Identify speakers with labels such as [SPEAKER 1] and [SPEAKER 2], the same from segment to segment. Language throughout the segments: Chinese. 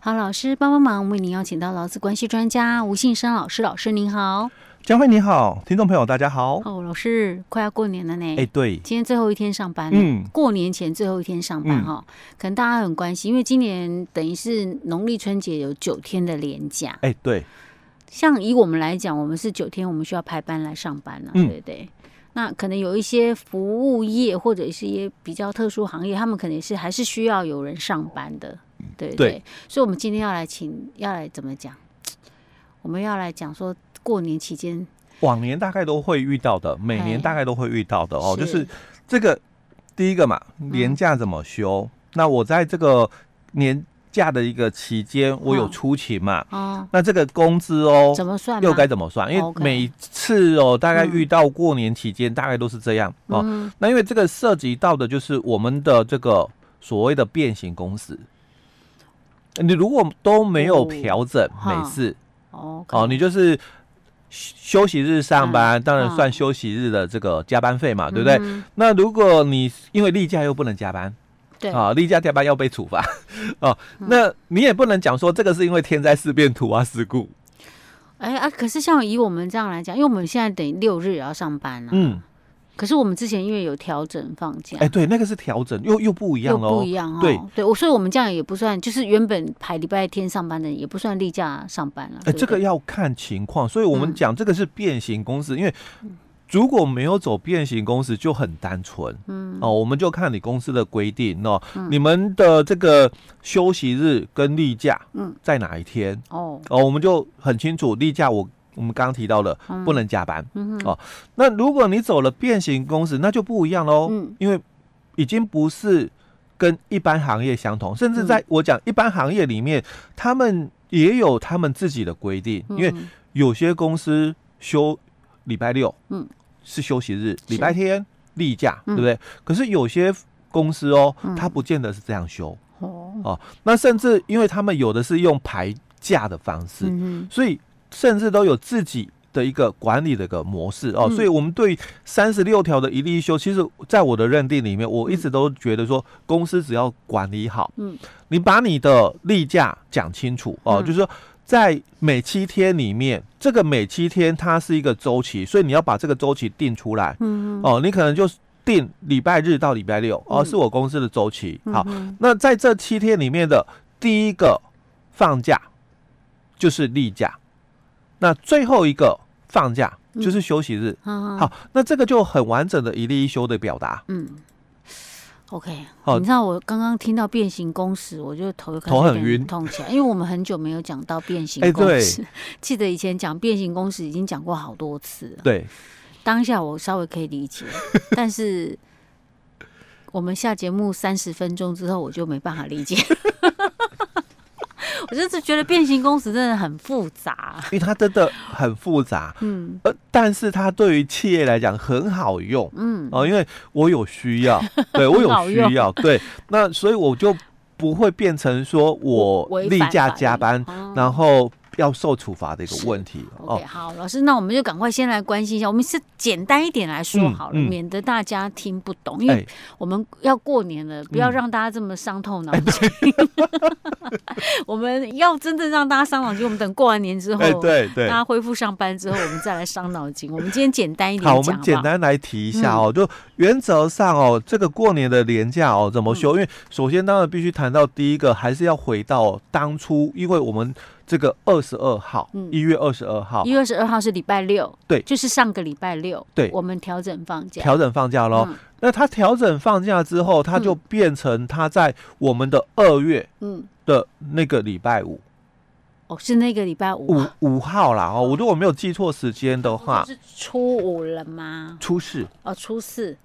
[SPEAKER 1] 好，老师帮帮忙，为您邀请到劳资关系专家吴信生老师，老师您好。
[SPEAKER 2] 江辉你好，听众朋友大家好。
[SPEAKER 1] 哦，老师，快要过年了呢。
[SPEAKER 2] 哎、对，
[SPEAKER 1] 今天最后一天上班，
[SPEAKER 2] 嗯，
[SPEAKER 1] 过年前最后一天上班
[SPEAKER 2] 嗯
[SPEAKER 1] 哈、可能大家很关心，因为今年等于是农历春节有九天的连假，
[SPEAKER 2] 哎、对，
[SPEAKER 1] 像以我们来讲，我们是九天，我们需要排班来上班啊，
[SPEAKER 2] 嗯
[SPEAKER 1] 对不对？那可能有一些服务业或者是一些比较特殊行业，他们可能是还是需要有人上班的，对不对？
[SPEAKER 2] 对
[SPEAKER 1] 所以，我们今天要来请，要来怎么讲？我们要来讲说过年期间，
[SPEAKER 2] 往年大概都会遇到的，每
[SPEAKER 1] 哎
[SPEAKER 2] 年大概都会遇到的哦，
[SPEAKER 1] 是嗯
[SPEAKER 2] 就是这个第一个嘛，年假怎么休？那我在这个年假的一个期间，我有
[SPEAKER 1] 嗯
[SPEAKER 2] 出勤嘛？
[SPEAKER 1] 哦，
[SPEAKER 2] 那这个工资哦，
[SPEAKER 1] 怎么算啊吗？哦
[SPEAKER 2] 又该怎么算？因为
[SPEAKER 1] OK
[SPEAKER 2] 每次哦，大概
[SPEAKER 1] 嗯
[SPEAKER 2] 遇到过年期间，大概都是这样哦。
[SPEAKER 1] 嗯，
[SPEAKER 2] 那因为这个涉及到的就是我们的这个所谓的变形公司，你如果都没有调整
[SPEAKER 1] 哈
[SPEAKER 2] 每次
[SPEAKER 1] 哦，
[SPEAKER 2] 哦，你就是休休息日上班，当然
[SPEAKER 1] 嗯
[SPEAKER 2] 算休息日的这个加班费嘛，对不对？
[SPEAKER 1] 嗯
[SPEAKER 2] 那如果你因为例假又不能加班
[SPEAKER 1] 对，嗯
[SPEAKER 2] 啊，例假加班要被处罚 哦，那你也不能讲说这个是因为天灾事变、突发事故，
[SPEAKER 1] 哎啊，可是像以我们这样来讲，因为我们现在等于六日也要上班啊，
[SPEAKER 2] 嗯，
[SPEAKER 1] 可是我们之前因为有调整放假，
[SPEAKER 2] 哎，对，那个是调整，又又不一
[SPEAKER 1] 又
[SPEAKER 2] 样喽
[SPEAKER 1] 不一。样哦。
[SPEAKER 2] 对
[SPEAKER 1] 对，我所以我们这样也不算，就是原本排礼拜天上班的人也不算例假上班了。对
[SPEAKER 2] 哎、
[SPEAKER 1] 不
[SPEAKER 2] 这个
[SPEAKER 1] 对
[SPEAKER 2] 要看情况，所以我们
[SPEAKER 1] 嗯
[SPEAKER 2] 讲这个是变形公司，因为如果没有走变形公司就很单纯，嗯，哦，我们就看你公司的规定哦，
[SPEAKER 1] 嗯
[SPEAKER 2] 你们的这个休息日跟例假，
[SPEAKER 1] 嗯，
[SPEAKER 2] 在哪一天
[SPEAKER 1] 哦，
[SPEAKER 2] 哦，我们就很清楚，例假我我们刚刚提到了
[SPEAKER 1] 嗯
[SPEAKER 2] 不能加班，
[SPEAKER 1] 嗯哼
[SPEAKER 2] 哦，那如果你走了变形公司，那就不一样喽，
[SPEAKER 1] 嗯
[SPEAKER 2] 因为已经不是跟一般行业相同，甚至
[SPEAKER 1] 嗯
[SPEAKER 2] 在我讲一般行业里面，他们也有他们自己的规定，因为
[SPEAKER 1] 嗯
[SPEAKER 2] 有些公司休礼拜六，
[SPEAKER 1] 嗯，
[SPEAKER 2] 是休息日，
[SPEAKER 1] 是
[SPEAKER 2] 礼拜天例假，
[SPEAKER 1] 嗯
[SPEAKER 2] 对不对？可是有些公司哦
[SPEAKER 1] 嗯，
[SPEAKER 2] 它不见得是这样休，
[SPEAKER 1] 哦，
[SPEAKER 2] 那甚至因为他们有的是用排假的方式，
[SPEAKER 1] 嗯
[SPEAKER 2] 所以甚至都有自己的一个管理的一个模式哦。
[SPEAKER 1] 嗯
[SPEAKER 2] 所以，我们对三十六条的一例一休，其实在我的认定里面，我一直都觉得说，公司只要管理好，
[SPEAKER 1] 嗯，
[SPEAKER 2] 你把你的例假讲清楚哦，
[SPEAKER 1] 嗯
[SPEAKER 2] 就是说。在每七天里面，这个每七天它是一个周期，所以你要把这个周期定出来、
[SPEAKER 1] 嗯哼，
[SPEAKER 2] 哦。你可能就定礼拜日到礼拜六哦，
[SPEAKER 1] 嗯
[SPEAKER 2] 是我公司的周期。
[SPEAKER 1] 嗯
[SPEAKER 2] 好，
[SPEAKER 1] 哼，
[SPEAKER 2] 那在这七天里面的第一个放假就是例假，那最后一个放假
[SPEAKER 1] 嗯
[SPEAKER 2] 就是休息日。
[SPEAKER 1] 好
[SPEAKER 2] 好，那这个就很完整的一例一休的表达，
[SPEAKER 1] 嗯。OK，
[SPEAKER 2] 好
[SPEAKER 1] 你知道我刚刚听到变形公式，我就头开始
[SPEAKER 2] 头很
[SPEAKER 1] 有点
[SPEAKER 2] 晕
[SPEAKER 1] 痛起来，因为我们很久没有讲到变形
[SPEAKER 2] 哎
[SPEAKER 1] 公
[SPEAKER 2] 对
[SPEAKER 1] 式。 记得以前讲变形公式已经讲过好多次了，
[SPEAKER 2] 对，
[SPEAKER 1] 当下我稍微可以理解，但是我们下节目三十分钟之后，我就没办法理解。我就是觉得变形公司真的很复杂，
[SPEAKER 2] 因为它真的很复杂，
[SPEAKER 1] 嗯
[SPEAKER 2] 呃，但是它对于企业来讲很好用
[SPEAKER 1] 嗯，
[SPEAKER 2] 哦、因为我有 需要，对我
[SPEAKER 1] 很好
[SPEAKER 2] 有
[SPEAKER 1] 用
[SPEAKER 2] 需要，对，那所以我就不会变成说我
[SPEAKER 1] 违
[SPEAKER 2] 例
[SPEAKER 1] 反
[SPEAKER 2] 假
[SPEAKER 1] 法律
[SPEAKER 2] 加班，
[SPEAKER 1] 哦
[SPEAKER 2] 然后要受处罚的一个
[SPEAKER 1] 是
[SPEAKER 2] 问题哦
[SPEAKER 1] OK，。好，老师，那我们就赶快先来关心一下，我们是简单一点来说
[SPEAKER 2] 嗯
[SPEAKER 1] 好了，
[SPEAKER 2] 嗯哎
[SPEAKER 1] 免得大家听不懂，因为我们要过年了，不要
[SPEAKER 2] 嗯
[SPEAKER 1] 让大家这么伤透
[SPEAKER 2] 哎
[SPEAKER 1] 脑筋。 我们要真正让大家伤脑筋，我们等过完年之后，
[SPEAKER 2] 哎，对对，
[SPEAKER 1] 大家恢复上班之后，我们再来伤脑筋。我们今天简单一点
[SPEAKER 2] 好，
[SPEAKER 1] 讲，嗯
[SPEAKER 2] 我们简单来提一下哦，就原则上哦，这个过年的年假哦怎么
[SPEAKER 1] 嗯
[SPEAKER 2] 休？因为首先当然必须谈到第一个，还是要回到当初，因为我们这个二十二号
[SPEAKER 1] 嗯，
[SPEAKER 2] 一、月二十二号
[SPEAKER 1] 一月二十二号是礼拜六，
[SPEAKER 2] 对
[SPEAKER 1] 就是上个礼拜六，
[SPEAKER 2] 对
[SPEAKER 1] 我们调整放假。
[SPEAKER 2] 调整放假喽。
[SPEAKER 1] 嗯
[SPEAKER 2] 那它调整放假之后，它就变成它在我们的二月
[SPEAKER 1] 嗯，
[SPEAKER 2] 的那个礼拜五
[SPEAKER 1] 哦，是那个礼拜五，啊哦
[SPEAKER 2] 五五号啦哦，我如果没有记错时间的话，
[SPEAKER 1] 嗯是初五了吗？
[SPEAKER 2] 出事
[SPEAKER 1] 哦，初四。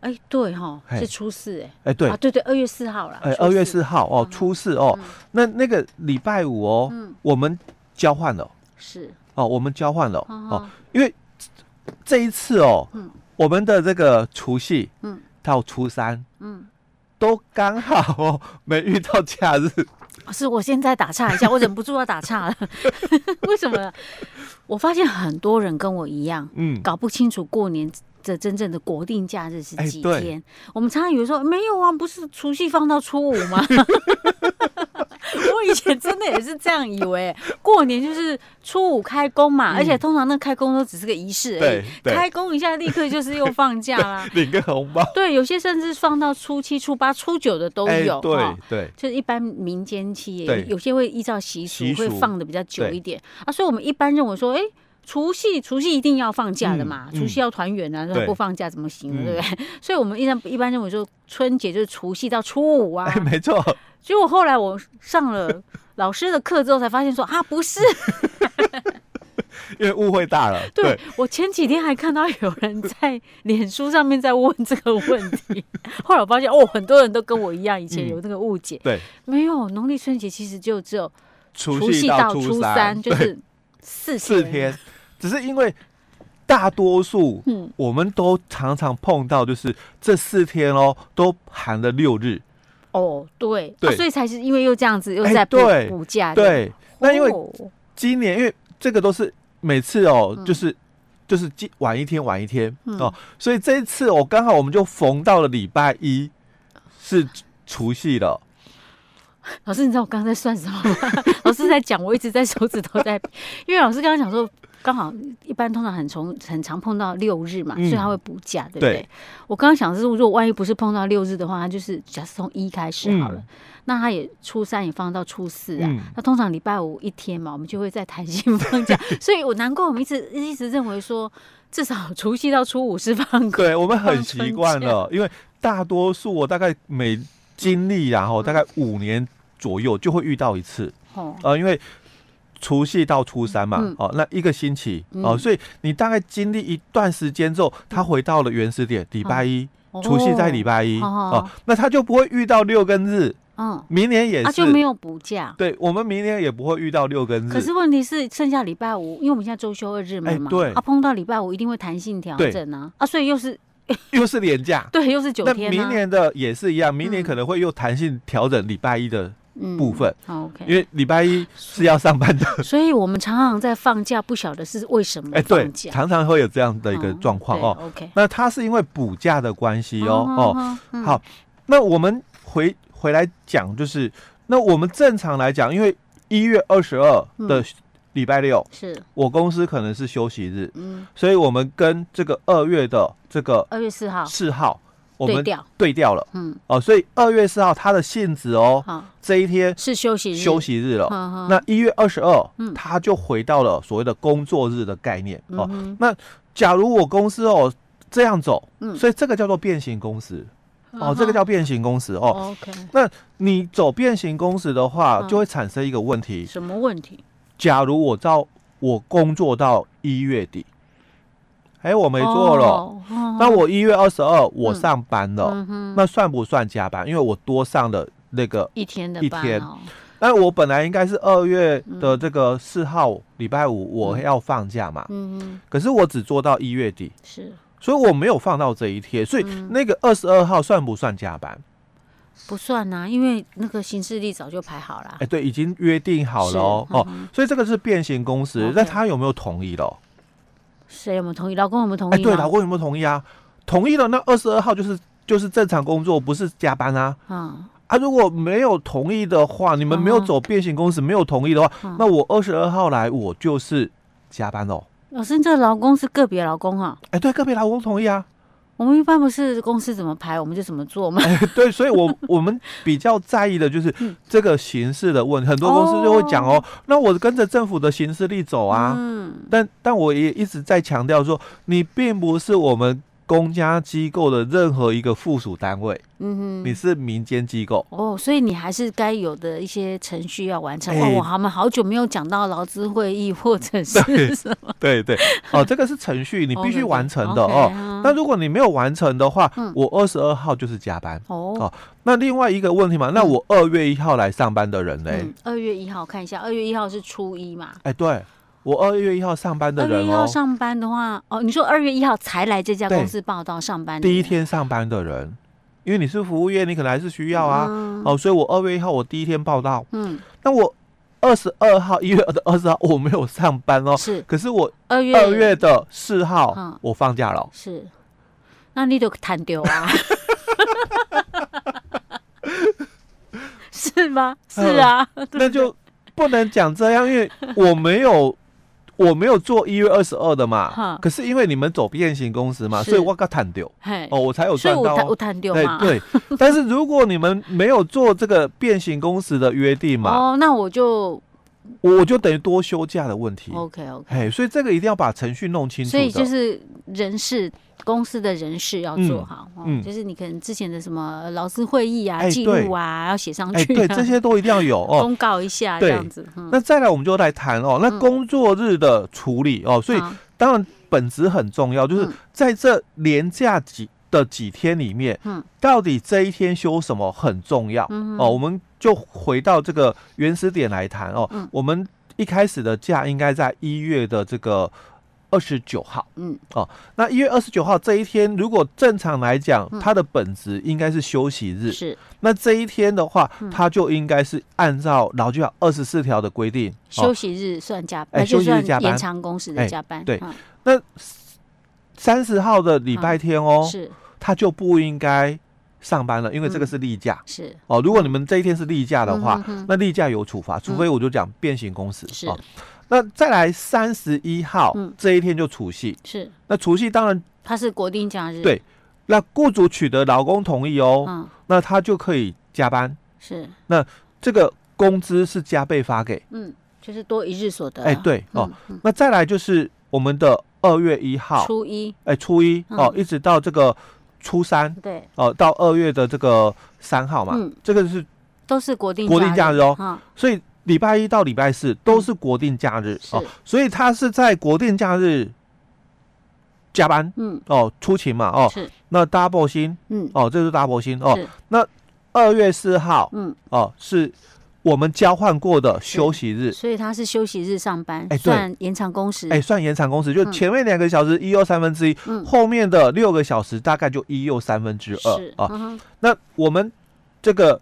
[SPEAKER 1] 哎，对哈，
[SPEAKER 2] 嘿
[SPEAKER 1] 是初四哎。
[SPEAKER 2] 哎，对
[SPEAKER 1] 啊，，对对，二月四号了。
[SPEAKER 2] 哎，
[SPEAKER 1] 初
[SPEAKER 2] 二月四号哦
[SPEAKER 1] 嗯，
[SPEAKER 2] 初四哦，那那个礼拜五哦，
[SPEAKER 1] 嗯
[SPEAKER 2] 我们交换了。
[SPEAKER 1] 是
[SPEAKER 2] 哦，我们交换了哦，
[SPEAKER 1] 哦，
[SPEAKER 2] 因为这一次哦，
[SPEAKER 1] 嗯
[SPEAKER 2] 我们的这个除夕
[SPEAKER 1] 嗯
[SPEAKER 2] 到初三
[SPEAKER 1] 嗯，
[SPEAKER 2] 都刚好哦， 没遇到假日，
[SPEAKER 1] 啊是我现在打岔一下，我忍不住要打岔了。 为什么？我发现很多人跟我一样，
[SPEAKER 2] 嗯，
[SPEAKER 1] 搞不清楚过年的真正的国定假日是
[SPEAKER 2] 哎
[SPEAKER 1] 几
[SPEAKER 2] 对
[SPEAKER 1] 天。我们常常以为说没有啊，不是除夕放到初五吗？的也是这样以为，过年就是初五开工嘛，而且通常那开工都只是个仪式而已
[SPEAKER 2] 嗯对，对
[SPEAKER 1] 开工一下立刻就是又放假啦。
[SPEAKER 2] 领个红包，
[SPEAKER 1] 对，有些甚至放到初七、初八、初九的都
[SPEAKER 2] 哎
[SPEAKER 1] 有。
[SPEAKER 2] 对
[SPEAKER 1] 哈
[SPEAKER 2] 对，
[SPEAKER 1] 就是一般民间企业
[SPEAKER 2] 对
[SPEAKER 1] 有些会依照习俗
[SPEAKER 2] 习俗
[SPEAKER 1] 会放的比较久
[SPEAKER 2] 对
[SPEAKER 1] 一点啊，所以我们一般认为说，哎、除夕除夕一定要放假的嘛，
[SPEAKER 2] 嗯嗯
[SPEAKER 1] 除夕要团圆啊，那
[SPEAKER 2] 对
[SPEAKER 1] 不放假怎么行呢？
[SPEAKER 2] 嗯
[SPEAKER 1] 对不对？所以我们一般一般认为说，春节就是除夕到初五啊。
[SPEAKER 2] 哎，没错，
[SPEAKER 1] 结果后来我上了老师的课之后才发现说啊，不 是，
[SPEAKER 2] 因为误会大了，
[SPEAKER 1] 对我前几天还看到有人在脸书上面在问这个问题， 后来我发现哦，很多人都跟我一样，以前
[SPEAKER 2] 嗯
[SPEAKER 1] 有那个误解，
[SPEAKER 2] 对，
[SPEAKER 1] 没有农历春节其实就只有
[SPEAKER 2] 除夕
[SPEAKER 1] 到
[SPEAKER 2] 初
[SPEAKER 1] 三 就是四
[SPEAKER 2] 四天，只是因为大多数
[SPEAKER 1] 嗯，
[SPEAKER 2] 我们都常常碰到，就是这四天哦，都含了六日。
[SPEAKER 1] 哦，对，
[SPEAKER 2] 对
[SPEAKER 1] 啊所以才是因为又这样子又
[SPEAKER 2] 哎
[SPEAKER 1] 在补
[SPEAKER 2] 对
[SPEAKER 1] 补假的，
[SPEAKER 2] 对，那因为
[SPEAKER 1] 哦
[SPEAKER 2] 今年因为这个都是每次哦，
[SPEAKER 1] 嗯
[SPEAKER 2] 就是就是今晚一天晚一天
[SPEAKER 1] 嗯
[SPEAKER 2] 哦，所以这一次哦，刚好我们就逢到了礼拜一是除夕了。
[SPEAKER 1] 老师，你知道我刚刚在算什么吗？ 老师在讲，我一直在手指头在，因为老师刚刚讲说，刚好一般通常很从很常碰到六日嘛，
[SPEAKER 2] 嗯
[SPEAKER 1] 所以他会补假，对不
[SPEAKER 2] 对
[SPEAKER 1] 对？我刚刚想是，如果万一不是碰到六日的话，他就是假设从一开始好了，
[SPEAKER 2] 嗯
[SPEAKER 1] 那他也初三也放到初四啊。
[SPEAKER 2] 嗯
[SPEAKER 1] 那通常礼拜五一天嘛，我们就会再弹性放 假，所以我难怪我们一直一直认为说，至少除夕到初五是放假。
[SPEAKER 2] 对我们很
[SPEAKER 1] 放春
[SPEAKER 2] 习惯
[SPEAKER 1] 假
[SPEAKER 2] 了，因为大多数我大概每经历然
[SPEAKER 1] 嗯
[SPEAKER 2] 后大概五年左右就会遇到一次。
[SPEAKER 1] 哦，
[SPEAKER 2] 呃，因为除夕到初三嘛，
[SPEAKER 1] 嗯
[SPEAKER 2] 哦，那一个星期哦、
[SPEAKER 1] 嗯
[SPEAKER 2] 所以你大概经历一段时间之后，他回到了原始点，礼拜一，除夕在礼拜一
[SPEAKER 1] 哦
[SPEAKER 2] 哦、那他就不会遇到六跟日，
[SPEAKER 1] 嗯，
[SPEAKER 2] 明年也
[SPEAKER 1] 啊
[SPEAKER 2] 是，
[SPEAKER 1] 就没有补假。
[SPEAKER 2] 对我们明年也不会遇到六跟
[SPEAKER 1] 可
[SPEAKER 2] 日，
[SPEAKER 1] 是问题是，剩下礼拜五，因为我们现在周休二日嘛，
[SPEAKER 2] 哎对
[SPEAKER 1] 啊，碰到礼拜五一定会弹性调整啊，啊，所以又是
[SPEAKER 2] 又是年假。
[SPEAKER 1] 对，又是九
[SPEAKER 2] 那
[SPEAKER 1] 天、啊，
[SPEAKER 2] 明年的也是一样，明年
[SPEAKER 1] 嗯
[SPEAKER 2] 可能会又弹性调整礼拜一的，
[SPEAKER 1] 嗯
[SPEAKER 2] 部分
[SPEAKER 1] 好 OK，
[SPEAKER 2] 因为礼拜一是要 上班的，
[SPEAKER 1] 所以我们常常在放假，不晓得是为什么
[SPEAKER 2] 哎，对
[SPEAKER 1] 放，假
[SPEAKER 2] 常常会有这样的一个
[SPEAKER 1] 嗯
[SPEAKER 2] 状况
[SPEAKER 1] 对
[SPEAKER 2] 哦。
[SPEAKER 1] ，OK，
[SPEAKER 2] 那它是因为补假的关系哦，哦，
[SPEAKER 1] 嗯
[SPEAKER 2] 好那我们回回来讲，就是那我们正常来讲，因为一月二十二
[SPEAKER 1] 嗯
[SPEAKER 2] 的礼拜六，
[SPEAKER 1] 是，
[SPEAKER 2] 我公司可能是休息日，
[SPEAKER 1] 嗯，
[SPEAKER 2] 所以我们跟这个二月的这个
[SPEAKER 1] 二月四号
[SPEAKER 2] 四号我
[SPEAKER 1] 啊对
[SPEAKER 2] 们
[SPEAKER 1] 调，
[SPEAKER 2] 对调了
[SPEAKER 1] 嗯，
[SPEAKER 2] 哦、所以二月四号它的性质哦，
[SPEAKER 1] 好，
[SPEAKER 2] 这一天
[SPEAKER 1] 是啊休息日，
[SPEAKER 2] 休息日了。
[SPEAKER 1] 嗯，
[SPEAKER 2] 那一月二十二
[SPEAKER 1] 嗯，
[SPEAKER 2] 它就回到了所谓的工作日的概念
[SPEAKER 1] 嗯
[SPEAKER 2] 哦。
[SPEAKER 1] 哼
[SPEAKER 2] 假如我公司哦这样走，
[SPEAKER 1] 嗯
[SPEAKER 2] 所以这个叫做变形公司哦，这个叫变形公司哦。
[SPEAKER 1] 嗯哼 OK，
[SPEAKER 2] 你走变形工时的话，
[SPEAKER 1] 嗯
[SPEAKER 2] 就会产生一个问题。
[SPEAKER 1] 什么问题？
[SPEAKER 2] 假如我到我工作到一月底，哎，我没做了，
[SPEAKER 1] 哦，哦
[SPEAKER 2] 那我一月二十二我
[SPEAKER 1] 嗯
[SPEAKER 2] 上班了，
[SPEAKER 1] 嗯哼
[SPEAKER 2] 那算不算加班？因为我多上了那个，
[SPEAKER 1] 一天的
[SPEAKER 2] 一
[SPEAKER 1] 班
[SPEAKER 2] 天
[SPEAKER 1] 哦，
[SPEAKER 2] 那我本来应该是二月
[SPEAKER 1] 嗯
[SPEAKER 2] 的这个四号礼拜五我要放假嘛，
[SPEAKER 1] 嗯哼，
[SPEAKER 2] 可是我只做到一月底，
[SPEAKER 1] 是
[SPEAKER 2] 所以我没有放到这一天，所以
[SPEAKER 1] 嗯
[SPEAKER 2] 那个二十二号算不算加班？
[SPEAKER 1] 不算呐、因为那个行事历早就排好了。
[SPEAKER 2] 哎，对，已经约定好了哦，
[SPEAKER 1] 啊是嗯
[SPEAKER 2] 哦，，所以这个是变形工时
[SPEAKER 1] OK，
[SPEAKER 2] 那他有没有同意了？
[SPEAKER 1] 谁有没有同意？老公有没有同
[SPEAKER 2] 哎，
[SPEAKER 1] 意？啊
[SPEAKER 2] 对，老，公有没有同意啊？同意了，那二十二号就是就是正常工作，不是加班啊。
[SPEAKER 1] 嗯，
[SPEAKER 2] 啊，如果没有同意的话，你们没有
[SPEAKER 1] 嗯哼
[SPEAKER 2] 走变形工时，没有同意的话，
[SPEAKER 1] 嗯
[SPEAKER 2] 那我二十二号来，我就是加班哦。
[SPEAKER 1] 老师，你这个劳工是个别劳工哈、
[SPEAKER 2] 哎，对，个别老公同意啊。
[SPEAKER 1] 我们一般不是公司怎么排我们就怎么做嘛。
[SPEAKER 2] 哎对，所以我我们比较在意的就是
[SPEAKER 1] 嗯
[SPEAKER 2] 这个形式的问题。很多公司就会讲哦，那我跟着政府的形式力走啊。
[SPEAKER 1] 嗯，
[SPEAKER 2] 但但我也一直在强调说，你并不是我们公家机构的任何一个附属单位，
[SPEAKER 1] 嗯
[SPEAKER 2] 你
[SPEAKER 1] 哼，
[SPEAKER 2] 是民间机 构。
[SPEAKER 1] 哦，所以你还是该有的一些程序要完成。
[SPEAKER 2] 哎
[SPEAKER 1] 哦，我们好久没有讲到劳资会议或者
[SPEAKER 2] 对
[SPEAKER 1] 是什么，
[SPEAKER 2] 对对，哦，这个是程序，你必须完成的哦。那
[SPEAKER 1] 那
[SPEAKER 2] 如果你没有完成的话，
[SPEAKER 1] 嗯
[SPEAKER 2] 我二十二号就是加班。
[SPEAKER 1] 哦，
[SPEAKER 2] 哦那另外一个问题嘛，那我二月一号来上班的人嘞？
[SPEAKER 1] 嗯，二月一号看一下，二月一号是初一嘛？
[SPEAKER 2] 哎，对我二月一号上班的
[SPEAKER 1] 二月
[SPEAKER 2] 人
[SPEAKER 1] 一
[SPEAKER 2] 哦
[SPEAKER 1] 号，上班的话，哦，你说二月一号才来这家
[SPEAKER 2] 对
[SPEAKER 1] 公司报道上班的人，
[SPEAKER 2] 第一天上班的人，因为你是服务业，你可能还是需要啊。
[SPEAKER 1] 嗯
[SPEAKER 2] 哦，所以我二月一号我第一天报道，
[SPEAKER 1] 嗯，
[SPEAKER 2] 那我二十二号一月的二十号我没有上班哦，
[SPEAKER 1] 是
[SPEAKER 2] 可是我
[SPEAKER 1] 二月
[SPEAKER 2] 二月的四号、
[SPEAKER 1] 嗯
[SPEAKER 2] 我放假了。
[SPEAKER 1] 是，那你就谈丢啊， 是吗？是啊，对不
[SPEAKER 2] 那
[SPEAKER 1] 对
[SPEAKER 2] 就不能讲这样，因 为我没有。我没有做一月二十二的嘛
[SPEAKER 1] 哈，
[SPEAKER 2] 可是因为你们走变形工时嘛，
[SPEAKER 1] 是
[SPEAKER 2] 所以我刚谈丢
[SPEAKER 1] 嘿，
[SPEAKER 2] 哦，我才有
[SPEAKER 1] 所以
[SPEAKER 2] 赚
[SPEAKER 1] 我
[SPEAKER 2] 到、
[SPEAKER 1] 谈我
[SPEAKER 2] 哦。
[SPEAKER 1] 谈丢
[SPEAKER 2] 对
[SPEAKER 1] 嘛，
[SPEAKER 2] 对，但是如果你们没有做这个变形工时的约定嘛，
[SPEAKER 1] 哦，那我就
[SPEAKER 2] 我就等于多休假的问题。
[SPEAKER 1] OK OK。
[SPEAKER 2] 哎，所以这个一定要把程序弄清楚的。
[SPEAKER 1] 所以就是人事公司的人事要做好，哦
[SPEAKER 2] 嗯
[SPEAKER 1] 就是你可能之前的什么劳资会议啊、
[SPEAKER 2] 哎
[SPEAKER 1] 记录啊，要写上
[SPEAKER 2] 哎，
[SPEAKER 1] 去、啊，
[SPEAKER 2] 对，这些都一定要有 哦。
[SPEAKER 1] 公告一下
[SPEAKER 2] 对
[SPEAKER 1] 这样子。嗯，
[SPEAKER 2] 那再来，我们就来谈哦，那
[SPEAKER 1] 嗯
[SPEAKER 2] 工作日的处理哦，所以
[SPEAKER 1] 好
[SPEAKER 2] 当然本质很重要，就是
[SPEAKER 1] 嗯
[SPEAKER 2] 在这连假几的几天里面，
[SPEAKER 1] 嗯
[SPEAKER 2] 到底这一天休什么很重要、
[SPEAKER 1] 嗯
[SPEAKER 2] 哦。我们就回到这个原始点来谈哦，
[SPEAKER 1] 嗯
[SPEAKER 2] 我们一开始的假应该在一月的这个。二十九号，
[SPEAKER 1] 嗯，
[SPEAKER 2] 哦，那一月二十九号这一天，如果正常来讲，
[SPEAKER 1] 嗯
[SPEAKER 2] 它的本质应该是休息日，
[SPEAKER 1] 是嗯
[SPEAKER 2] 那这一天的话，它就应该是按照劳基法二十四条的规定，
[SPEAKER 1] 休
[SPEAKER 2] 哦、
[SPEAKER 1] 息日算加，
[SPEAKER 2] 哎
[SPEAKER 1] 呃就
[SPEAKER 2] 休息日
[SPEAKER 1] 算
[SPEAKER 2] 加班
[SPEAKER 1] 延长工时的
[SPEAKER 2] 哎
[SPEAKER 1] 加班。
[SPEAKER 2] 对
[SPEAKER 1] 嗯
[SPEAKER 2] 三十号的礼拜天哦，
[SPEAKER 1] 是
[SPEAKER 2] 它就不应该上班了，因为这个是例假、
[SPEAKER 1] 是
[SPEAKER 2] 哦。如果你们这一天是例假的话，
[SPEAKER 1] 嗯哼哼
[SPEAKER 2] 那例假有处罚，除非我就讲变形工时、
[SPEAKER 1] 是
[SPEAKER 2] 哦。那再来三十一号、
[SPEAKER 1] 嗯
[SPEAKER 2] 这一天就除夕，
[SPEAKER 1] 是，
[SPEAKER 2] 那除夕当然
[SPEAKER 1] 它是国定假日。
[SPEAKER 2] 对那雇主取得劳工同意哦，
[SPEAKER 1] 嗯，
[SPEAKER 2] 那他就可以加班，
[SPEAKER 1] 是
[SPEAKER 2] 这个工资是加倍发给。
[SPEAKER 1] 嗯，就是多一日所得。
[SPEAKER 2] 哎、对哦，
[SPEAKER 1] 嗯，嗯
[SPEAKER 2] 那再来就是我们的二月一号，
[SPEAKER 1] 初嗯一
[SPEAKER 2] 哎、初一哦，一直到这个初三
[SPEAKER 1] 对，
[SPEAKER 2] 哦，到二月的这个三号嘛，
[SPEAKER 1] 嗯
[SPEAKER 2] 这个是
[SPEAKER 1] 都是国定
[SPEAKER 2] 国定假日哦，
[SPEAKER 1] 啊，
[SPEAKER 2] 所以礼拜一到礼拜四都是国定假日、
[SPEAKER 1] 嗯是
[SPEAKER 2] 哦，所以他是在国定假日加班
[SPEAKER 1] 嗯
[SPEAKER 2] 哦，出勤嘛哦，
[SPEAKER 1] 是
[SPEAKER 2] 那 double 薪
[SPEAKER 1] 嗯
[SPEAKER 2] 哦，这是 double 薪哦
[SPEAKER 1] 是，
[SPEAKER 2] 那二月四号
[SPEAKER 1] 嗯，
[SPEAKER 2] 哦是我们交换过的休息日。
[SPEAKER 1] 所以他嗯是休息日上班，
[SPEAKER 2] 哎对
[SPEAKER 1] 算延长工时。
[SPEAKER 2] 哎、算延长工时，就
[SPEAKER 1] 嗯
[SPEAKER 2] 前面两个小时一又三分之一，
[SPEAKER 1] 嗯，
[SPEAKER 2] 后面的六个小时大概就一又三分之
[SPEAKER 1] 是
[SPEAKER 2] 二啊。
[SPEAKER 1] 嗯哼
[SPEAKER 2] 那我们这个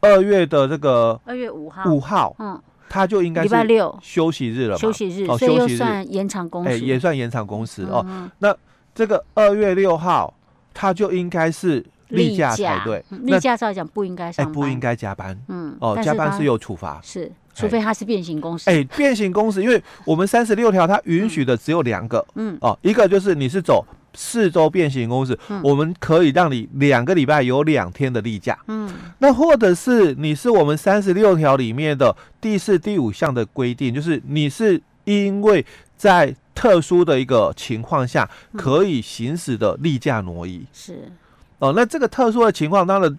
[SPEAKER 2] 二月的这个
[SPEAKER 1] 二月五号，
[SPEAKER 2] 五号，
[SPEAKER 1] 嗯，
[SPEAKER 2] 它就应该
[SPEAKER 1] 礼拜
[SPEAKER 2] 是
[SPEAKER 1] 六
[SPEAKER 2] 休息日了嘛？
[SPEAKER 1] 休息日，
[SPEAKER 2] 哦
[SPEAKER 1] 所以
[SPEAKER 2] 休
[SPEAKER 1] 又
[SPEAKER 2] 息日
[SPEAKER 1] 算延长工
[SPEAKER 2] 哎、
[SPEAKER 1] 时。
[SPEAKER 2] 也算延长工时哦。
[SPEAKER 1] 嗯哼，
[SPEAKER 2] 这个二月六号，它就应该是例
[SPEAKER 1] 例
[SPEAKER 2] 假
[SPEAKER 1] 假
[SPEAKER 2] 才对。
[SPEAKER 1] 嗯
[SPEAKER 2] 那
[SPEAKER 1] 例假照来讲不应该
[SPEAKER 2] 哎、
[SPEAKER 1] 上班，
[SPEAKER 2] 不应，该加班
[SPEAKER 1] 嗯，
[SPEAKER 2] 哦，
[SPEAKER 1] 但
[SPEAKER 2] 加班
[SPEAKER 1] 他
[SPEAKER 2] 是有处罚。
[SPEAKER 1] 是，除非他是变形工时。
[SPEAKER 2] 哎、变形工时，因为我们三十六条它允许的只有两个、
[SPEAKER 1] 嗯，
[SPEAKER 2] 哦，一个就是你是走四周变形工时，
[SPEAKER 1] 嗯
[SPEAKER 2] 我们可以让你两个礼拜有两天的例假。
[SPEAKER 1] 嗯
[SPEAKER 2] 那或者是你是我们三十六条里面的第四、第五项的规定，就是你是因为在特殊的一个情况下
[SPEAKER 1] 嗯
[SPEAKER 2] 可以行使的例假挪移
[SPEAKER 1] 是，
[SPEAKER 2] 哦。那这个特殊的情况，当然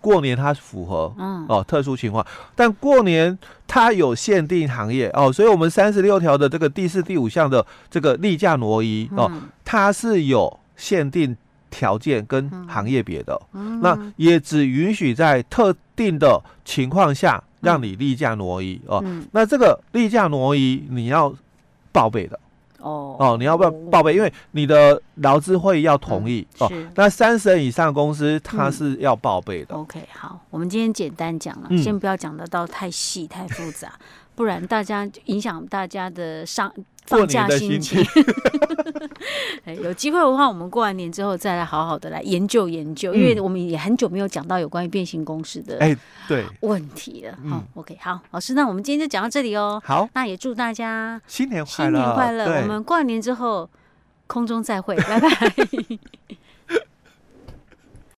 [SPEAKER 2] 过年它符合
[SPEAKER 1] 嗯，
[SPEAKER 2] 哦特殊情况，但过年它有限定行业哦，所以我们三十六条的这个第四、第五项的这个例假挪移哦，
[SPEAKER 1] 嗯，
[SPEAKER 2] 它是有限定条件跟
[SPEAKER 1] 嗯
[SPEAKER 2] 行业别的。
[SPEAKER 1] 嗯
[SPEAKER 2] 那也只允许在特定的情况下
[SPEAKER 1] 嗯
[SPEAKER 2] 让你例假挪移哦。
[SPEAKER 1] 嗯
[SPEAKER 2] 那这个例假挪移你要报备的
[SPEAKER 1] 哦
[SPEAKER 2] 哦，你要不要报备？因为你的劳资会要同意哦。
[SPEAKER 1] 嗯是
[SPEAKER 2] 那三十人以上的公司它
[SPEAKER 1] 嗯
[SPEAKER 2] 是要报备的，
[SPEAKER 1] OK，好，我们今天简单讲了，
[SPEAKER 2] 嗯
[SPEAKER 1] 先不要讲得到太细太复杂，不然大家影响大家的上
[SPEAKER 2] 过
[SPEAKER 1] 放
[SPEAKER 2] 年
[SPEAKER 1] 假
[SPEAKER 2] 的
[SPEAKER 1] 心
[SPEAKER 2] 心
[SPEAKER 1] 情。哎有机会的话，我们过完年之后再来好好的来研究研究，因为我们也很久没有讲到有关于变形公式的
[SPEAKER 2] 嗯哎对，
[SPEAKER 1] 问题了。好、
[SPEAKER 2] 嗯
[SPEAKER 1] o k 好，老师，那我们今天就讲到这里 哦。
[SPEAKER 2] 好，
[SPEAKER 1] 那也祝大家
[SPEAKER 2] 新年快
[SPEAKER 1] 新
[SPEAKER 2] 乐，
[SPEAKER 1] 年快乐，
[SPEAKER 2] 对
[SPEAKER 1] 我们过完年之后空中再会，拜拜。